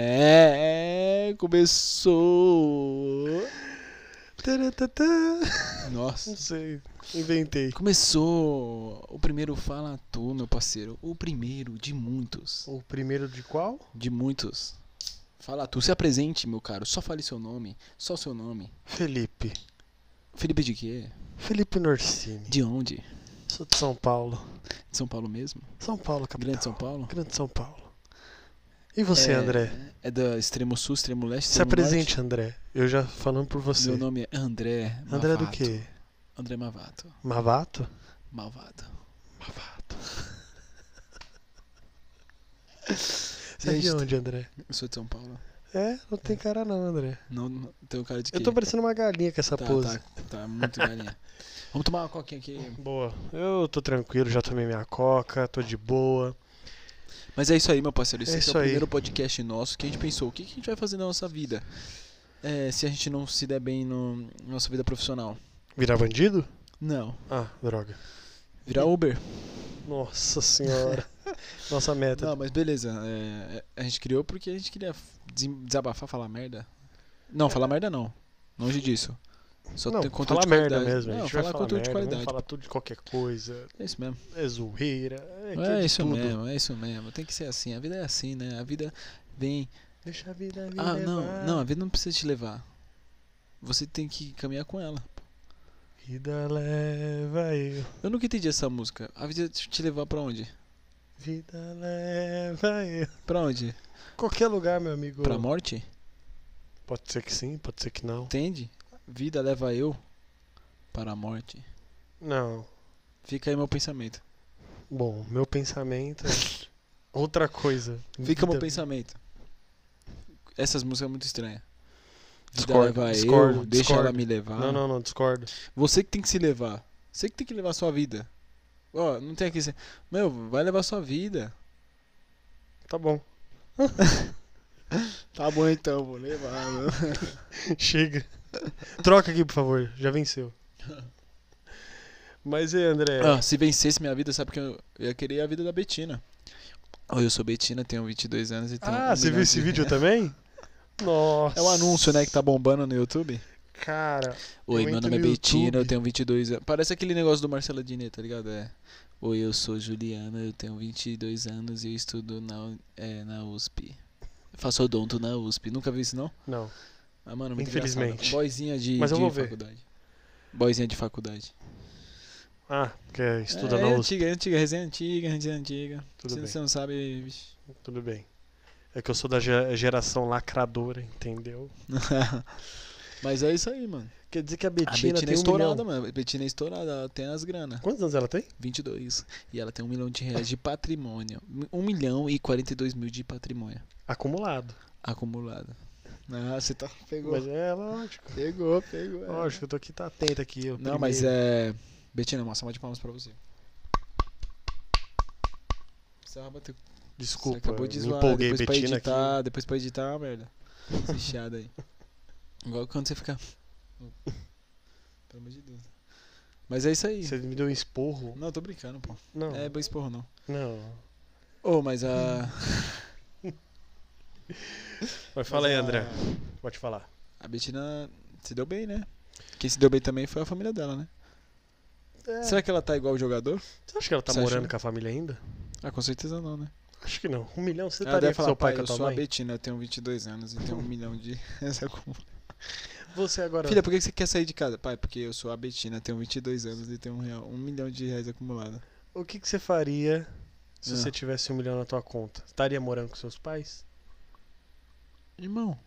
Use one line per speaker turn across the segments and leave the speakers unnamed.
É, começou.
Taratata.
Nossa.
Não sei, inventei.
Começou o primeiro Fala Tu, meu parceiro. O primeiro de muitos.
O primeiro de qual?
De muitos. Fala Tu, se apresente, meu caro. Só fale seu nome. Só seu nome.
Felipe.
Felipe de quê?
Felipe Norsini.
De onde?
Sou de São Paulo.
De São Paulo mesmo?
São Paulo, capital.
Grande São Paulo?
Grande São Paulo. E você,
É,
André?
É do extremo sul, extremo leste,
Se
extremo
apresente, André. Eu já falando por
norte.
você.
Meu nome é André Mavato.
André do quê?
André Mavato.
Mavato?
Malvado.
Mavato. Você é de
Gente,
onde, André?
Eu sou de São Paulo.
É, não tem cara não, André.
Não, não tenho cara de quê?
Eu tô parecendo uma galinha com essa
Tá,
pose.
tá, tá muito galinha. Vamos tomar uma coquinha aqui.
Boa. Eu tô tranquilo, já tomei minha coca, tô de boa.
Mas é isso aí, meu parceiro. Esse
É
aqui é o
isso aí.
primeiro podcast nosso que a gente pensou: o que, que a gente vai fazer na nossa vida? É, se a gente não se der bem no, na nossa vida profissional.
Virar bandido?
Não.
Ah, droga. É.
Virar Uber?
Nossa senhora. Nossa meta.
Não, mas beleza. é, é, a gente criou porque a gente queria desem- desabafar, falar merda. Não, falar merda não. Longe disso. Só
não,
tem conteúdo
falar
de
merda
qualidade.
mesmo. a
Não,
gente vai
falar
falar
conteúdo
merda,
de
Vamos
qualidade.
falar tudo de qualquer coisa.
É isso mesmo.
É zoeira. É, que
É,
de
isso
tudo.
mesmo, é isso mesmo. Tem que ser assim. A vida é assim, né? A vida vem
Deixa a vida me
Ah,
levar.
não, não, a vida não precisa te levar. Você tem que caminhar com ela.
Vida leva eu.
Eu nunca entendi essa música. A vida te levar pra onde?
Vida leva eu.
Pra onde?
Qualquer lugar, meu amigo.
Pra morte?
Pode ser que sim, pode ser que não.
Entende? Vida leva eu para a morte.
Não.
Fica aí meu pensamento.
Bom, meu pensamento é outra coisa.
Fica meu
Vida-
pensamento. Essas músicas é muito estranha. Vida
Discordo,
leva eu,
discordo,
deixa ela
discordo.
me levar.
Não, não, não, discordo.
Você que tem que se levar. Você que tem que levar a sua vida. Ó, não tem aqui. Meu, vai levar a sua vida.
Tá bom.
Tá bom então, vou levar, meu.
Chega. Troca aqui, por favor. Já venceu. Mas e aí, André?
Ah, se vencesse minha vida, sabe que eu eu ia querer a vida da Betina. Oi, eu sou Betina, tenho 22 anos e tenho.
Ah,
um
você viu
milhão
esse
de-
vídeo também? Nossa.
É um anúncio, né, que tá bombando no YouTube.
Cara,
Oi,
Eu
meu
entro
nome é
no
Betina, eu
YouTube.
tenho 22 anos. Parece aquele negócio do Marcelo Diné, tá ligado? É. Oi, eu sou Juliana, eu tenho 22 anos e eu estudo na, U- é, na USP. Eu faço odonto na USP. Nunca vi isso, não?
não.
Ah, mano, muito
Infelizmente.
engraçado. Boizinha de,
Mas eu
de
vou ver.
faculdade. Boizinha de faculdade.
Ah, porque estuda
é,
na USP.
antiga, antiga, resenha antiga, resenha antiga.
Tudo
Se
bem.
você não sabe, vixe.
Tudo bem. É que eu sou da ge- geração lacradora, entendeu?
Mas é isso aí, mano.
Quer dizer que a
A
Betina,
Betina é
tem um
estourada,
milhão.
mano. A Betina é estourada, ela tem as grana.
Quantos anos ela tem?
22. E ela tem um milhão de reais de patrimônio. 1 milhão e 42 mil de patrimônio
Acumulado.
acumulado. Ah, você tá. Pegou.
Mas é lógico.
Pegou, pegou.
Lógico, eu tô aqui, tá atento aqui. eu
Não, mas
primeiro.
é. Betina, uma salva de palmas pra você. Você é vai bater-
Desculpa,
você acabou de
me
zoar,
empolguei,
depois pra
Betina
editar,
aqui.
depois pra editar é uma merda. Esse chiado aí. Igual quando você fica. Pelo amor de Deus. Mas é isso aí.
Você me deu um esporro.
Não, tô brincando, pô.
Não,
É bom esporro, não.
não.
Ô, mas a.
Mas é- fala aí,
mas a-
André. Pode falar.
A Betina se deu bem, né? Quem se deu bem também foi a família dela, né?
É,
Será que ela tá igual o jogador?
Você acha que ela tá
Você
morando
acha?
com a família ainda?
Ah, com certeza não, né?
Acho que não. Um milhão você
ela
estaria
deve
com
falar,
seu
pai,
pai, com a
eu
tua
sou a
mãe?
Betina, eu tenho 22 anos e tenho um milhão de. Essa com-
Você agora.
Filha, por que que você quer sair de casa? Pai, porque eu sou a Betina, tenho 22 anos e tenho um, real, um milhão de reais acumulado.
O que, que você faria se
Ah.
você tivesse um milhão na tua conta? Estaria morando com seus pais?
Irmão,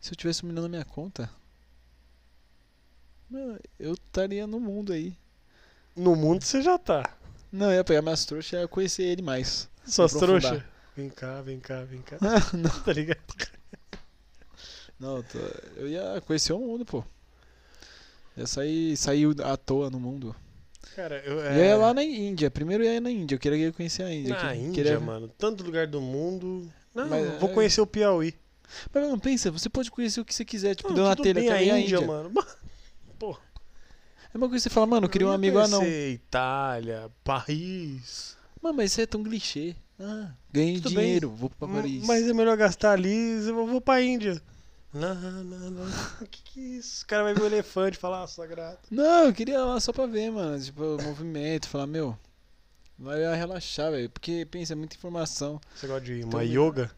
se eu tivesse um milhão na minha conta, mano, eu estaria no mundo aí.
No mundo você já tá.
Não, eu ia pegar minhas trouxas e ia conhecer ele mais.
Suas
aprofundar. Ah,
trouxas. Vem cá, vem cá, vem cá.
não,
tá ligado?
não eu, tô- eu ia conhecer o mundo, pô. Ia sair, sair à toa no mundo.
Cara, eu. é,
Eu ia lá na Índia. Primeiro eu ia na Índia. Eu queria conhecer a Índia.
Na
que-
Índia,
queria-
mano. Tanto lugar do mundo. Não,
Mas- é,
vou conhecer o Piauí.
Mas não pensa, você pode conhecer o que você quiser. Tipo,
Não,
deu na
tudo
telha
bem,
também
a
a
Índia,
Índia.
mano. Mas
É uma coisa que você fala, mano, eu queria um
ia
amigo
conhecer
anão.
Itália, Paris.
Mano, mas isso é tão clichê. Ah, ganhei
Tudo bem.
dinheiro, vou pra Paris.
Mas é melhor gastar ali, eu vou pra Índia. Lá, lá, lá. O que, que é isso? O cara vai ver o elefante e falar, ah, sagrado.
Não, eu queria ir lá só pra ver, mano. Tipo, o movimento, falar, meu. Vai lá relaxar, velho. Porque, pensa, é muita informação.
Você gosta de
Então,
uma yoga?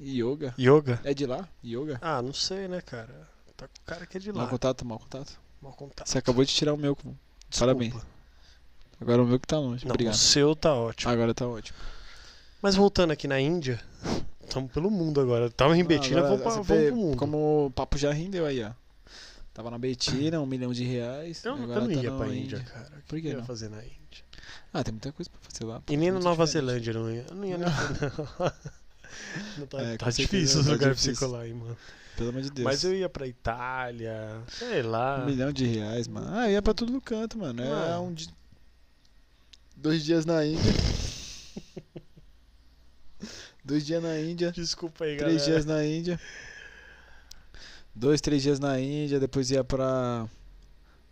Yoga.
Yoga?
É de lá? Yoga?
Ah, não sei, né, cara? Tá com o cara que é de
Mau
lá.
contato, mau contato.
Mal contato.
Você acabou de tirar o meu. com-
Desculpa.
Parabéns. Agora o meu que tá longe.
Não, o
Obrigado.
seu tá ótimo.
Agora tá ótimo.
Mas voltando aqui na Índia, estamos pelo mundo agora. Tava em Betina,
Não, agora
vamos, pra,
Ah, você
vamos
vê
pro mundo.
Como o papo já rendeu aí, ó. Tava na Betina, um milhão de reais.
Eu, eu
agora
não
tá
ia
na
pra Índia, cara. O que,
Por que
eu ia
não?
fazer na Índia?
Ah, tem muita coisa pra fazer lá. pô,
E nem na
muito
Nova
diferente.
Zelândia, eu não ia. eu Não ia nem. Não tá
É, com
tá
certeza,
difícil os
tá
lugares pra você
difícil.
colar aí, mano.
Pelo amor de Deus.
Mas eu ia pra Itália, sei lá.
Um milhão de reais, mano. Ah, ia pra todo canto, mano. É
Mano.
um di... Dois dias na Índia. Dois dias na Índia.
Desculpa aí, galera.
Três dias na Índia. Dois, três dias na Índia. Depois ia pra.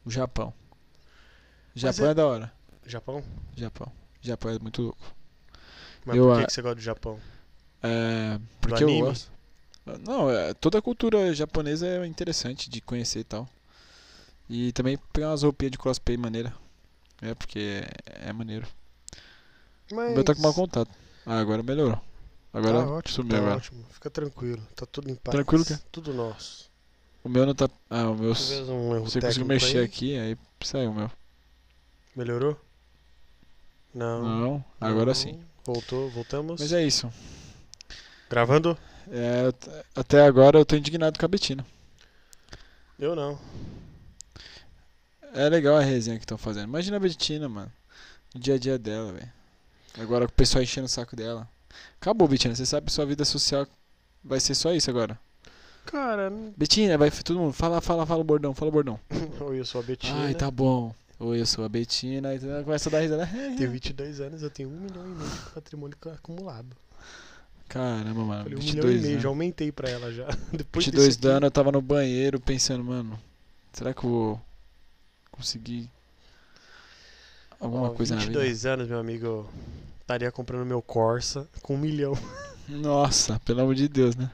O Japão. O
Mas
Japão é...
é-
da hora.
Japão?
Japão. O Japão é muito louco.
Mas
Eu,
por que,
ah,
que você gosta do Japão?
É. Porque eu
anime?
gosto. Não, é, toda a cultura japonesa é interessante de conhecer e tal. E também pegar umas roupinhas de cosplay maneira. É, porque é, é maneiro.
Mas...
O meu tá com mau contato. Ah, agora melhorou. Agora
Tá ótimo,
sumiu
tá
agora.
ótimo. Fica tranquilo, tá tudo em paz.
Tranquilo, cara?
Tudo nosso.
O meu não tá. Ah, o meu.
Tu vês um erro
Você
técnico
conseguiu mexer
aí?
aqui, aí saiu o meu.
Melhorou? Não.
Não, agora
Não.
sim.
Voltou, voltamos.
Mas é isso.
Gravando?
É, eu t- até agora eu tô indignado com a Betina.
Eu não.
É legal a resenha que estão fazendo. Imagina a Betina, mano. O dia a dia dela, velho. Agora com o pessoal enchendo o saco dela. Acabou, Betina. Você sabe que sua vida social vai ser só isso agora.
Cara, não-
Betina, vai f- todo mundo. Fala, fala, fala o bordão, fala o bordão.
Oi, eu sou a Betina.
Ai, tá bom. Oi, eu sou a Betina. Aí ela começa a dar risada. né?
Tenho 22 anos, eu tenho um milhão e meio de patrimônio ac- acumulado.
Caramba, mano.
Falei, um milhão e
22
meio,
anos.
já aumentei pra ela já. Depois disso
22
aqui-
anos eu tava no banheiro pensando, mano, será que eu vou conseguir alguma
Ó,
coisa na vida?
22 anos, meu amigo, eu estaria comprando meu Corsa com um milhão.
Nossa, pelo amor de Deus, né?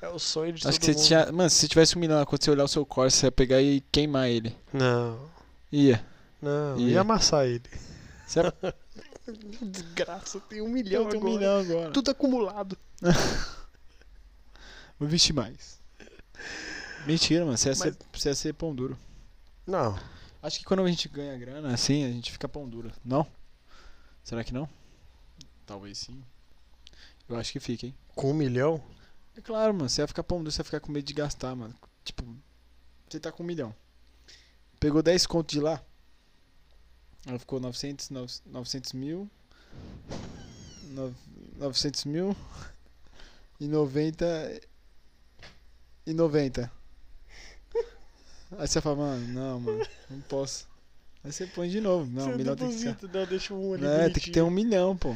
É o sonho de
Acho que
todo
você
mundo.
tinha. Mano, se você tivesse um milhão, quando você olhar o seu Corsa, você ia pegar e queimar ele.
Não,
Ia.
não,
Ia.
ia amassar ele.
Você ia
Desgraça, tem um
pegar
milhão
um
agora.
milhão agora.
Tudo acumulado.
Vou vestir mais. Mentira, mano. Você ia,
Mas-
ser, você ia ser pão duro.
Não,
Acho que quando a gente ganha grana assim, a gente fica pão duro. Não? Será que não? Talvez sim. Eu acho que fica, hein?
com um milhão?
É claro, mano. Você ia ficar pão duro, você ia ficar com medo de gastar, mano. Tipo, você tá com um milhão. Pegou 10 conto de lá. Aí ficou 900, 900, 900 mil. nove- 900 mil. E 90. E 90. Aí você fala, mano, não, mano, não posso. Aí você põe de novo. Não, um milhão tem que ser.
deposita, não, deixa um ali
É, tem que ter
bonitinho.
um milhão, pô.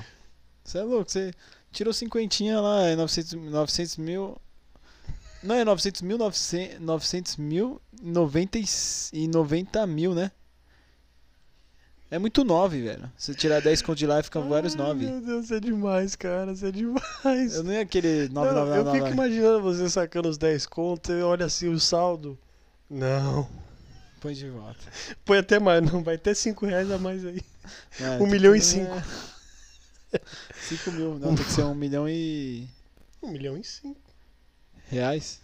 Você é louco, você tirou cinquentinha lá, é 900, 900 mil. Não, é 900 mil, 900, 900 mil 90, e s- e 90 mil, né? É muito 9, velho. Se tirar 10 conto de lá, ficam um- vários
Ai,
9.
Meu Deus, você é demais, cara, você é demais.
Eu não ia querer 9,
Não,
9, 9,
eu fico imaginando você sacando os 10 contos, você olha assim o saldo. Não.
Põe de volta.
Põe até mais, não. Vai até 5 reais a mais aí.
Não,
Um
tem que
milhão e
ter-
cinco.
é. Cinco mil, não, tem que ser um milhão e...
Um milhão e cinco.
Reais?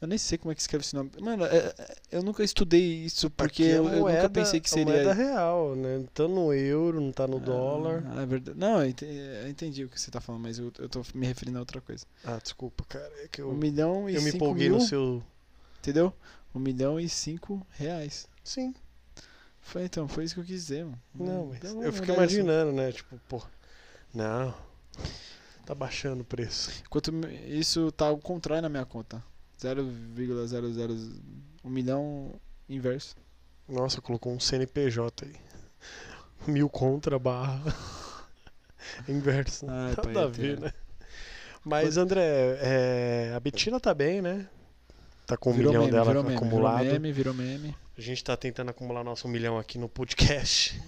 Eu nem sei como é que escreve esse nome. Mano, é- é- eu nunca estudei isso porque
Aqui é
eu, eu nunca
moeda-
pensei que seria.
É moeda real, né? Não tá no euro, não tá no dólar.
Ah, é verdade. Não, eu ente- eu entendi o que você tá falando, mas eu, eu tô me referindo a outra coisa.
Ah, desculpa, cara. É que eu,
Um milhão e
eu me
cinco
empolguei
mil,
no seu.
entendeu? Um milhão e cinco reais.
Sim.
Foi então, foi isso que eu quis dizer, mano.
Não, mas
Então,
eu fico
olha isso.
imaginando, né? Tipo, pô. Não. Tá baixando o preço.
Enquanto me- isso tá ao contrário na minha conta. 0,00 um milhão inverso.
Nossa, colocou um CNPJ aí. Mil contra barra. Inverso.
Ai,
Nada a ver, né? Mas, André, é, a Betina tá bem, né? Tá com um
virou
milhão
meme,
dela
virou meme,
acumulado.
Virou meme, virou meme.
A gente tá tentando acumular nosso um milhão aqui no podcast.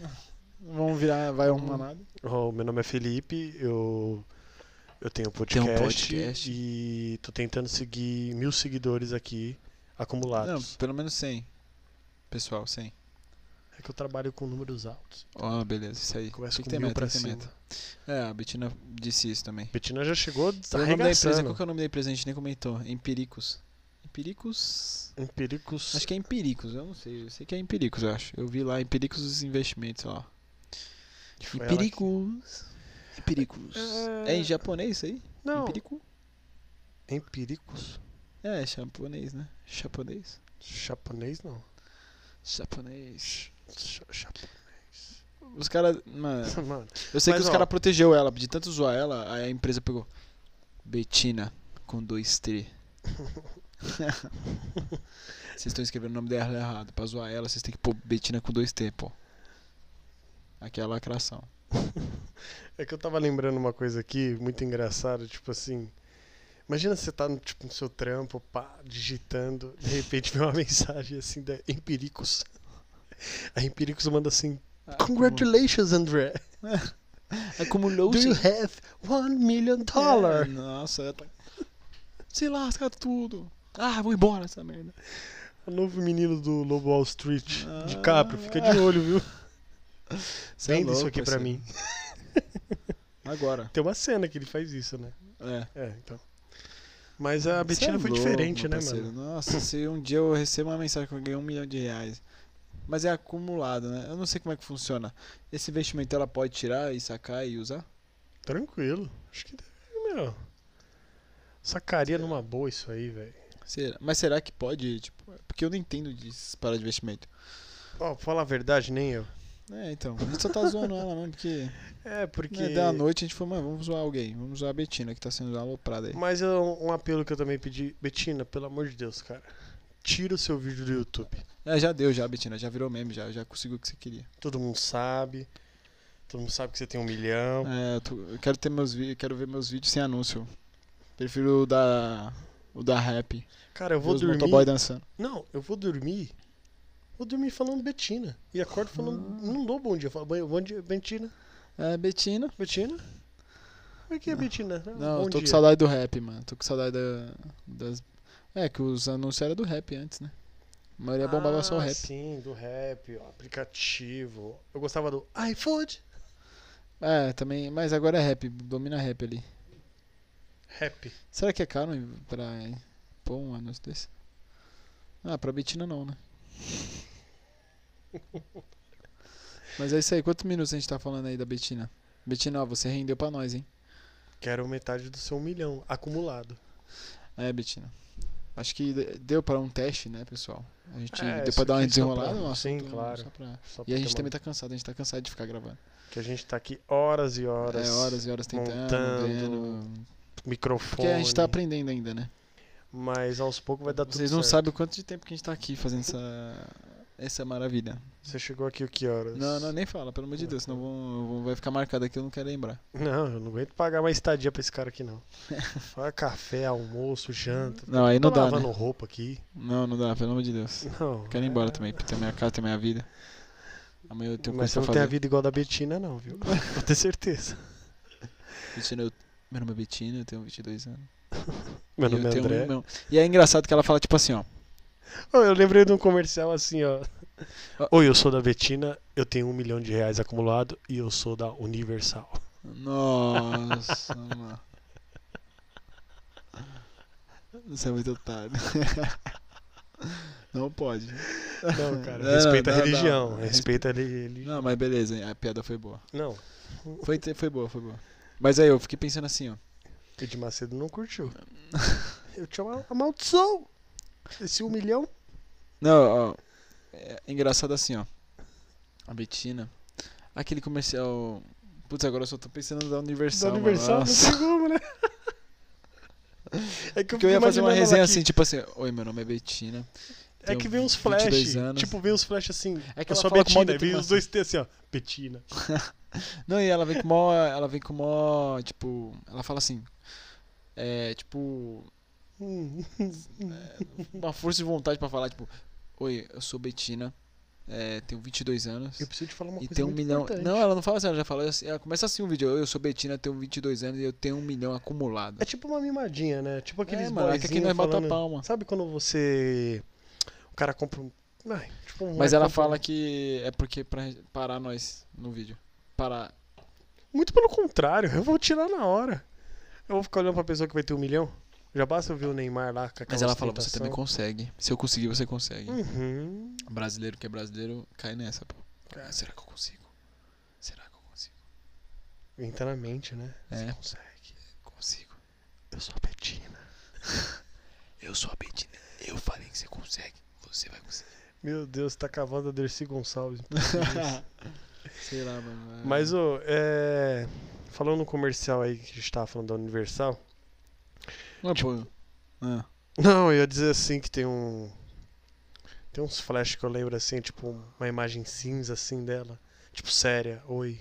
Vão virar, vai arrumar nada.
Ó, meu nome é Felipe, eu, eu tenho um podcast,
podcast.
e tô tentando seguir mil seguidores aqui
Não,
acumulados.
pelo menos 100. Pessoal, 100.
É que eu trabalho com números altos.
Ó, beleza, isso aí.
Começa
Tem que
com
ter
mil
meta,
pra
tem que ter
cima.
meta. É, a Bettina disse isso também.
Betina já chegou
Qual é o nome da empresa? Qual
Tá arregaçando.
que é o nome da empresa? A gente nem comentou. Empiricos. Empiricos?
Empíricos.
Acho que é Empiricos, eu não sei. Eu sei que é Empiricos, eu acho. Eu vi lá Empiricos os investimentos, ó.
Foi ela que-
Empiricos. Empiricos. É em japonês isso aí?
Não,
Empirico?
empíricos.
É, japonês, né? Japonês.
Japonês não.
Japonês.
Ch-
Tá.
japonês.
Os caras. Mano,
Mano,
eu sei
Mas,
que os
ó.
caras protegeu ela. De tanto zoar ela, aí a empresa pegou. Betina com dois T. vocês estão escrevendo o nome dela errado. Pra zoar ela, vocês têm que pôr Betina com dois T, pô. Aqui é a lacração.
é que eu tava lembrando uma coisa aqui muito engraçada, tipo assim. Imagina você tá no, tipo, no seu trampo, pá, digitando, de repente vem uma mensagem assim da Empíricos. A Empíricos manda assim: Congratulations, André!
Acumulou
Do you have one million
dólar.
dollar?
nossa, ela tá... se lasca tudo. Ah, vou embora essa merda.
O novo menino do Lobo Wall Street,
Ah.
de Capri, fica de olho, viu?
Cê é
Vende isso
louco,
aqui pra
parceiro.
mim.
Agora.
Tem uma cena que ele faz isso, né?
É.
É, então. Mas a
Cê
Betina
é
foi
louco,
diferente,
meu
né,
parceiro?
mano?
Nossa, se um dia eu recebo uma mensagem que eu ganhei um milhão de reais, mas é acumulado, né? Eu não sei como é que funciona. Esse investimento ela pode tirar e sacar e usar?
Tranquilo. Acho que deve, meu. Sacaria numa boa isso aí, velho.
Será? Mas será que pode? Tipo, porque eu não entendo de para de investimento.
Ó, pra falar a verdade, nem eu.
É, então. A gente só tá zoando ela mesmo, porque.
É, porque.
Né, da noite a gente falou, mano, vamos zoar alguém. Vamos zoar a Betina, que tá sendo aloprada aí.
Mas é um um apelo que eu também pedi. Betina, pelo amor de Deus, cara. Tira o seu vídeo do YouTube.
É, já deu, já, Betina. Já virou meme, já. Já conseguiu o que você queria.
Todo mundo sabe. Todo mundo sabe que você tem um milhão.
É, eu, tô- eu quero ter meus vi- eu quero ver meus vídeos sem anúncio. Prefiro o da. O da rap.
Cara, eu
Vou
vou
os
dormir.
motoboy dançando.
Não, eu vou dormir. Vou dormir falando Betina. E acordo falando. Não dou bom dia. Eu falo, "Bom- bom dia, Betina.
É, Betina.
Betina? Por que é Betina?
Não,
bom
eu tô com
dia.
saudade do rap, mano. Tô com saudade da, das. É, que os anúncios eram do rap antes, né? A maioria bombava só o
Ah,
rap.
Sim, do rap, ó, aplicativo. Eu gostava do iFood.
É, também. Mas agora é rap, domina rap ali.
Rap.
Será que é caro pra pôr um anúncio desse? Ah, pra Betina não, né? mas é isso aí. Quantos minutos a gente tá falando aí da Betina? Betina, ó, você rendeu pra nós, hein?
Quero metade do seu milhão acumulado.
É, Betina. Acho que de- deu pra um teste, né, pessoal? A gente
É,
deu
isso
pra dar uma
aqui só pra-
desenrolada? no
sim,
assunto,
claro.
Só pra...
Só
E a
pra
gente
ter
também
uma-
tá cansado, a gente tá cansado de ficar gravando.
Que a gente tá aqui horas e horas.
é, horas e horas tentando,
montando,
vendo. Porque
Microfone.
a gente tá aprendendo ainda, né?
Mas aos poucos vai dar tudo
Vocês não
certo.
sabem o quanto de tempo que a gente tá aqui fazendo essa. Essa maravilha.
Você chegou aqui o que horas?
Não, não, nem fala, pelo amor de Deus, senão vão, vão- vai ficar marcado aqui, eu não quero lembrar.
Não, eu não aguento pagar mais estadia pra esse cara aqui, não. Fala café, almoço, janta.
Não, aí não
Tô
dá,
lavando
né?
roupa aqui.
Não, não dá, pelo amor de Deus.
Não.
Quero ir embora
é-
também, porque tem minha casa, tem minha vida. Amanhã eu tenho
Mas
coisa pra
você não tem a
fazer.
vida igual da Betina, não, viu? Vou ter certeza.
Betina, eu- Meu nome é Betina, eu tenho 22 anos.
Meu
E
nome
eu
é
tenho um
André.
irmão. E é engraçado que ela fala tipo assim, ó.
Oh, eu lembrei de um comercial assim, ó.
Ah.
Oi, eu sou da Betina, eu tenho um milhão de reais acumulado e eu sou da Universal.
Nossa, mano. Você é muito otário. Não pode.
Não, cara,
Não,
respeita
não,
a
não.
religião. Respeita a religião.
Não, mas beleza, hein, a piada foi boa.
Não,
Foi, te- foi boa, foi boa. Mas aí eu fiquei pensando assim, ó.
Ed Macedo não curtiu. Eu te ama- amaldiçoo. Esse um milhão.
Não, ó. É engraçado assim, ó. A Betina. Aquele comercial. Putz, agora eu só tô pensando da Universal.
da
mano.
Universal
Nossa.
não tem como, né? É que
Porque eu ia
fico
fazer uma
imaginando ela
resenha
aqui.
assim, um tipo assim, oi, meu nome é Betina.
É
tenho
que vem
22
uns flash.
anos.
Tipo, vem uns flash assim.
É que eu
ela
só
só
falo com mó
Betina. Vem os
determinação.
dois T assim, ó. Betina.
Não, e ela vem com mó. Ela vem com mó. Tipo. Ela fala assim. É, tipo.
Hum.
É. Uma força de vontade pra falar, tipo. Oi, eu sou Betina. é, tenho 22 anos.
Eu preciso te falar uma
E
coisa
tem um
muito
milhão.
importante.
Não, ela não fala assim, ela já fala. assim- Ela começa assim um vídeo. Eu, eu sou Betina, tenho 22 anos e eu tenho um milhão acumulado.
É tipo uma mimadinha, né? Tipo aqueles
É, mano, é que aqui nós bota
falando...
palma.
Sabe quando você... O cara compra um... Ai, tipo um
Mas ela
compra um-
fala que é porque pra parar nós no vídeo. Parar.
Muito pelo contrário, eu vou tirar na hora. Eu vou ficar olhando pra pessoa que vai ter um milhão. Já basta eu ver o Neymar lá com aquela
Mas ela fala, você também um
ostentação.
consegue. Se eu conseguir, você consegue.
Uhum.
Brasileiro que é brasileiro cai nessa, pô.
Cara.
Ah, será que eu consigo? Será que eu consigo?
Entra na mente, né?
É.
Você consegue.
Consigo.
Eu sou a Betina.
Eu sou a Betina. Eu falei que você consegue. Você vai conseguir.
Meu Deus, tá cavando a Dercy Gonçalves.
Ah. Sei lá, mano.
Mas, ô, é... Falando no comercial aí que a gente tava falando da Universal,
Não, pô. Ah.
Não, eu ia dizer assim que tem um. Tem uns flash que eu lembro assim, tipo, uma imagem cinza assim dela. Tipo, séria, oi.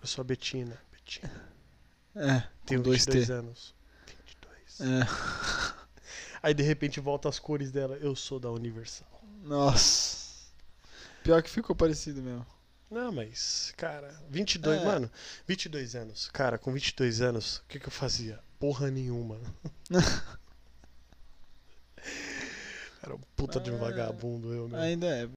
Eu sou a Betina. Betina.
É,
Tenho
com dois
22
T.
anos. 22.
É.
Aí de repente volta as cores dela. Eu sou da Universal.
Nossa. Pior que ficou parecido mesmo.
Não, mas, cara, 22,
É.
mano, 22 anos. Cara, com 22 anos, o que que eu fazia? Porra nenhuma. Era um puta de um
Ah.
vagabundo eu, meu.
Ainda é.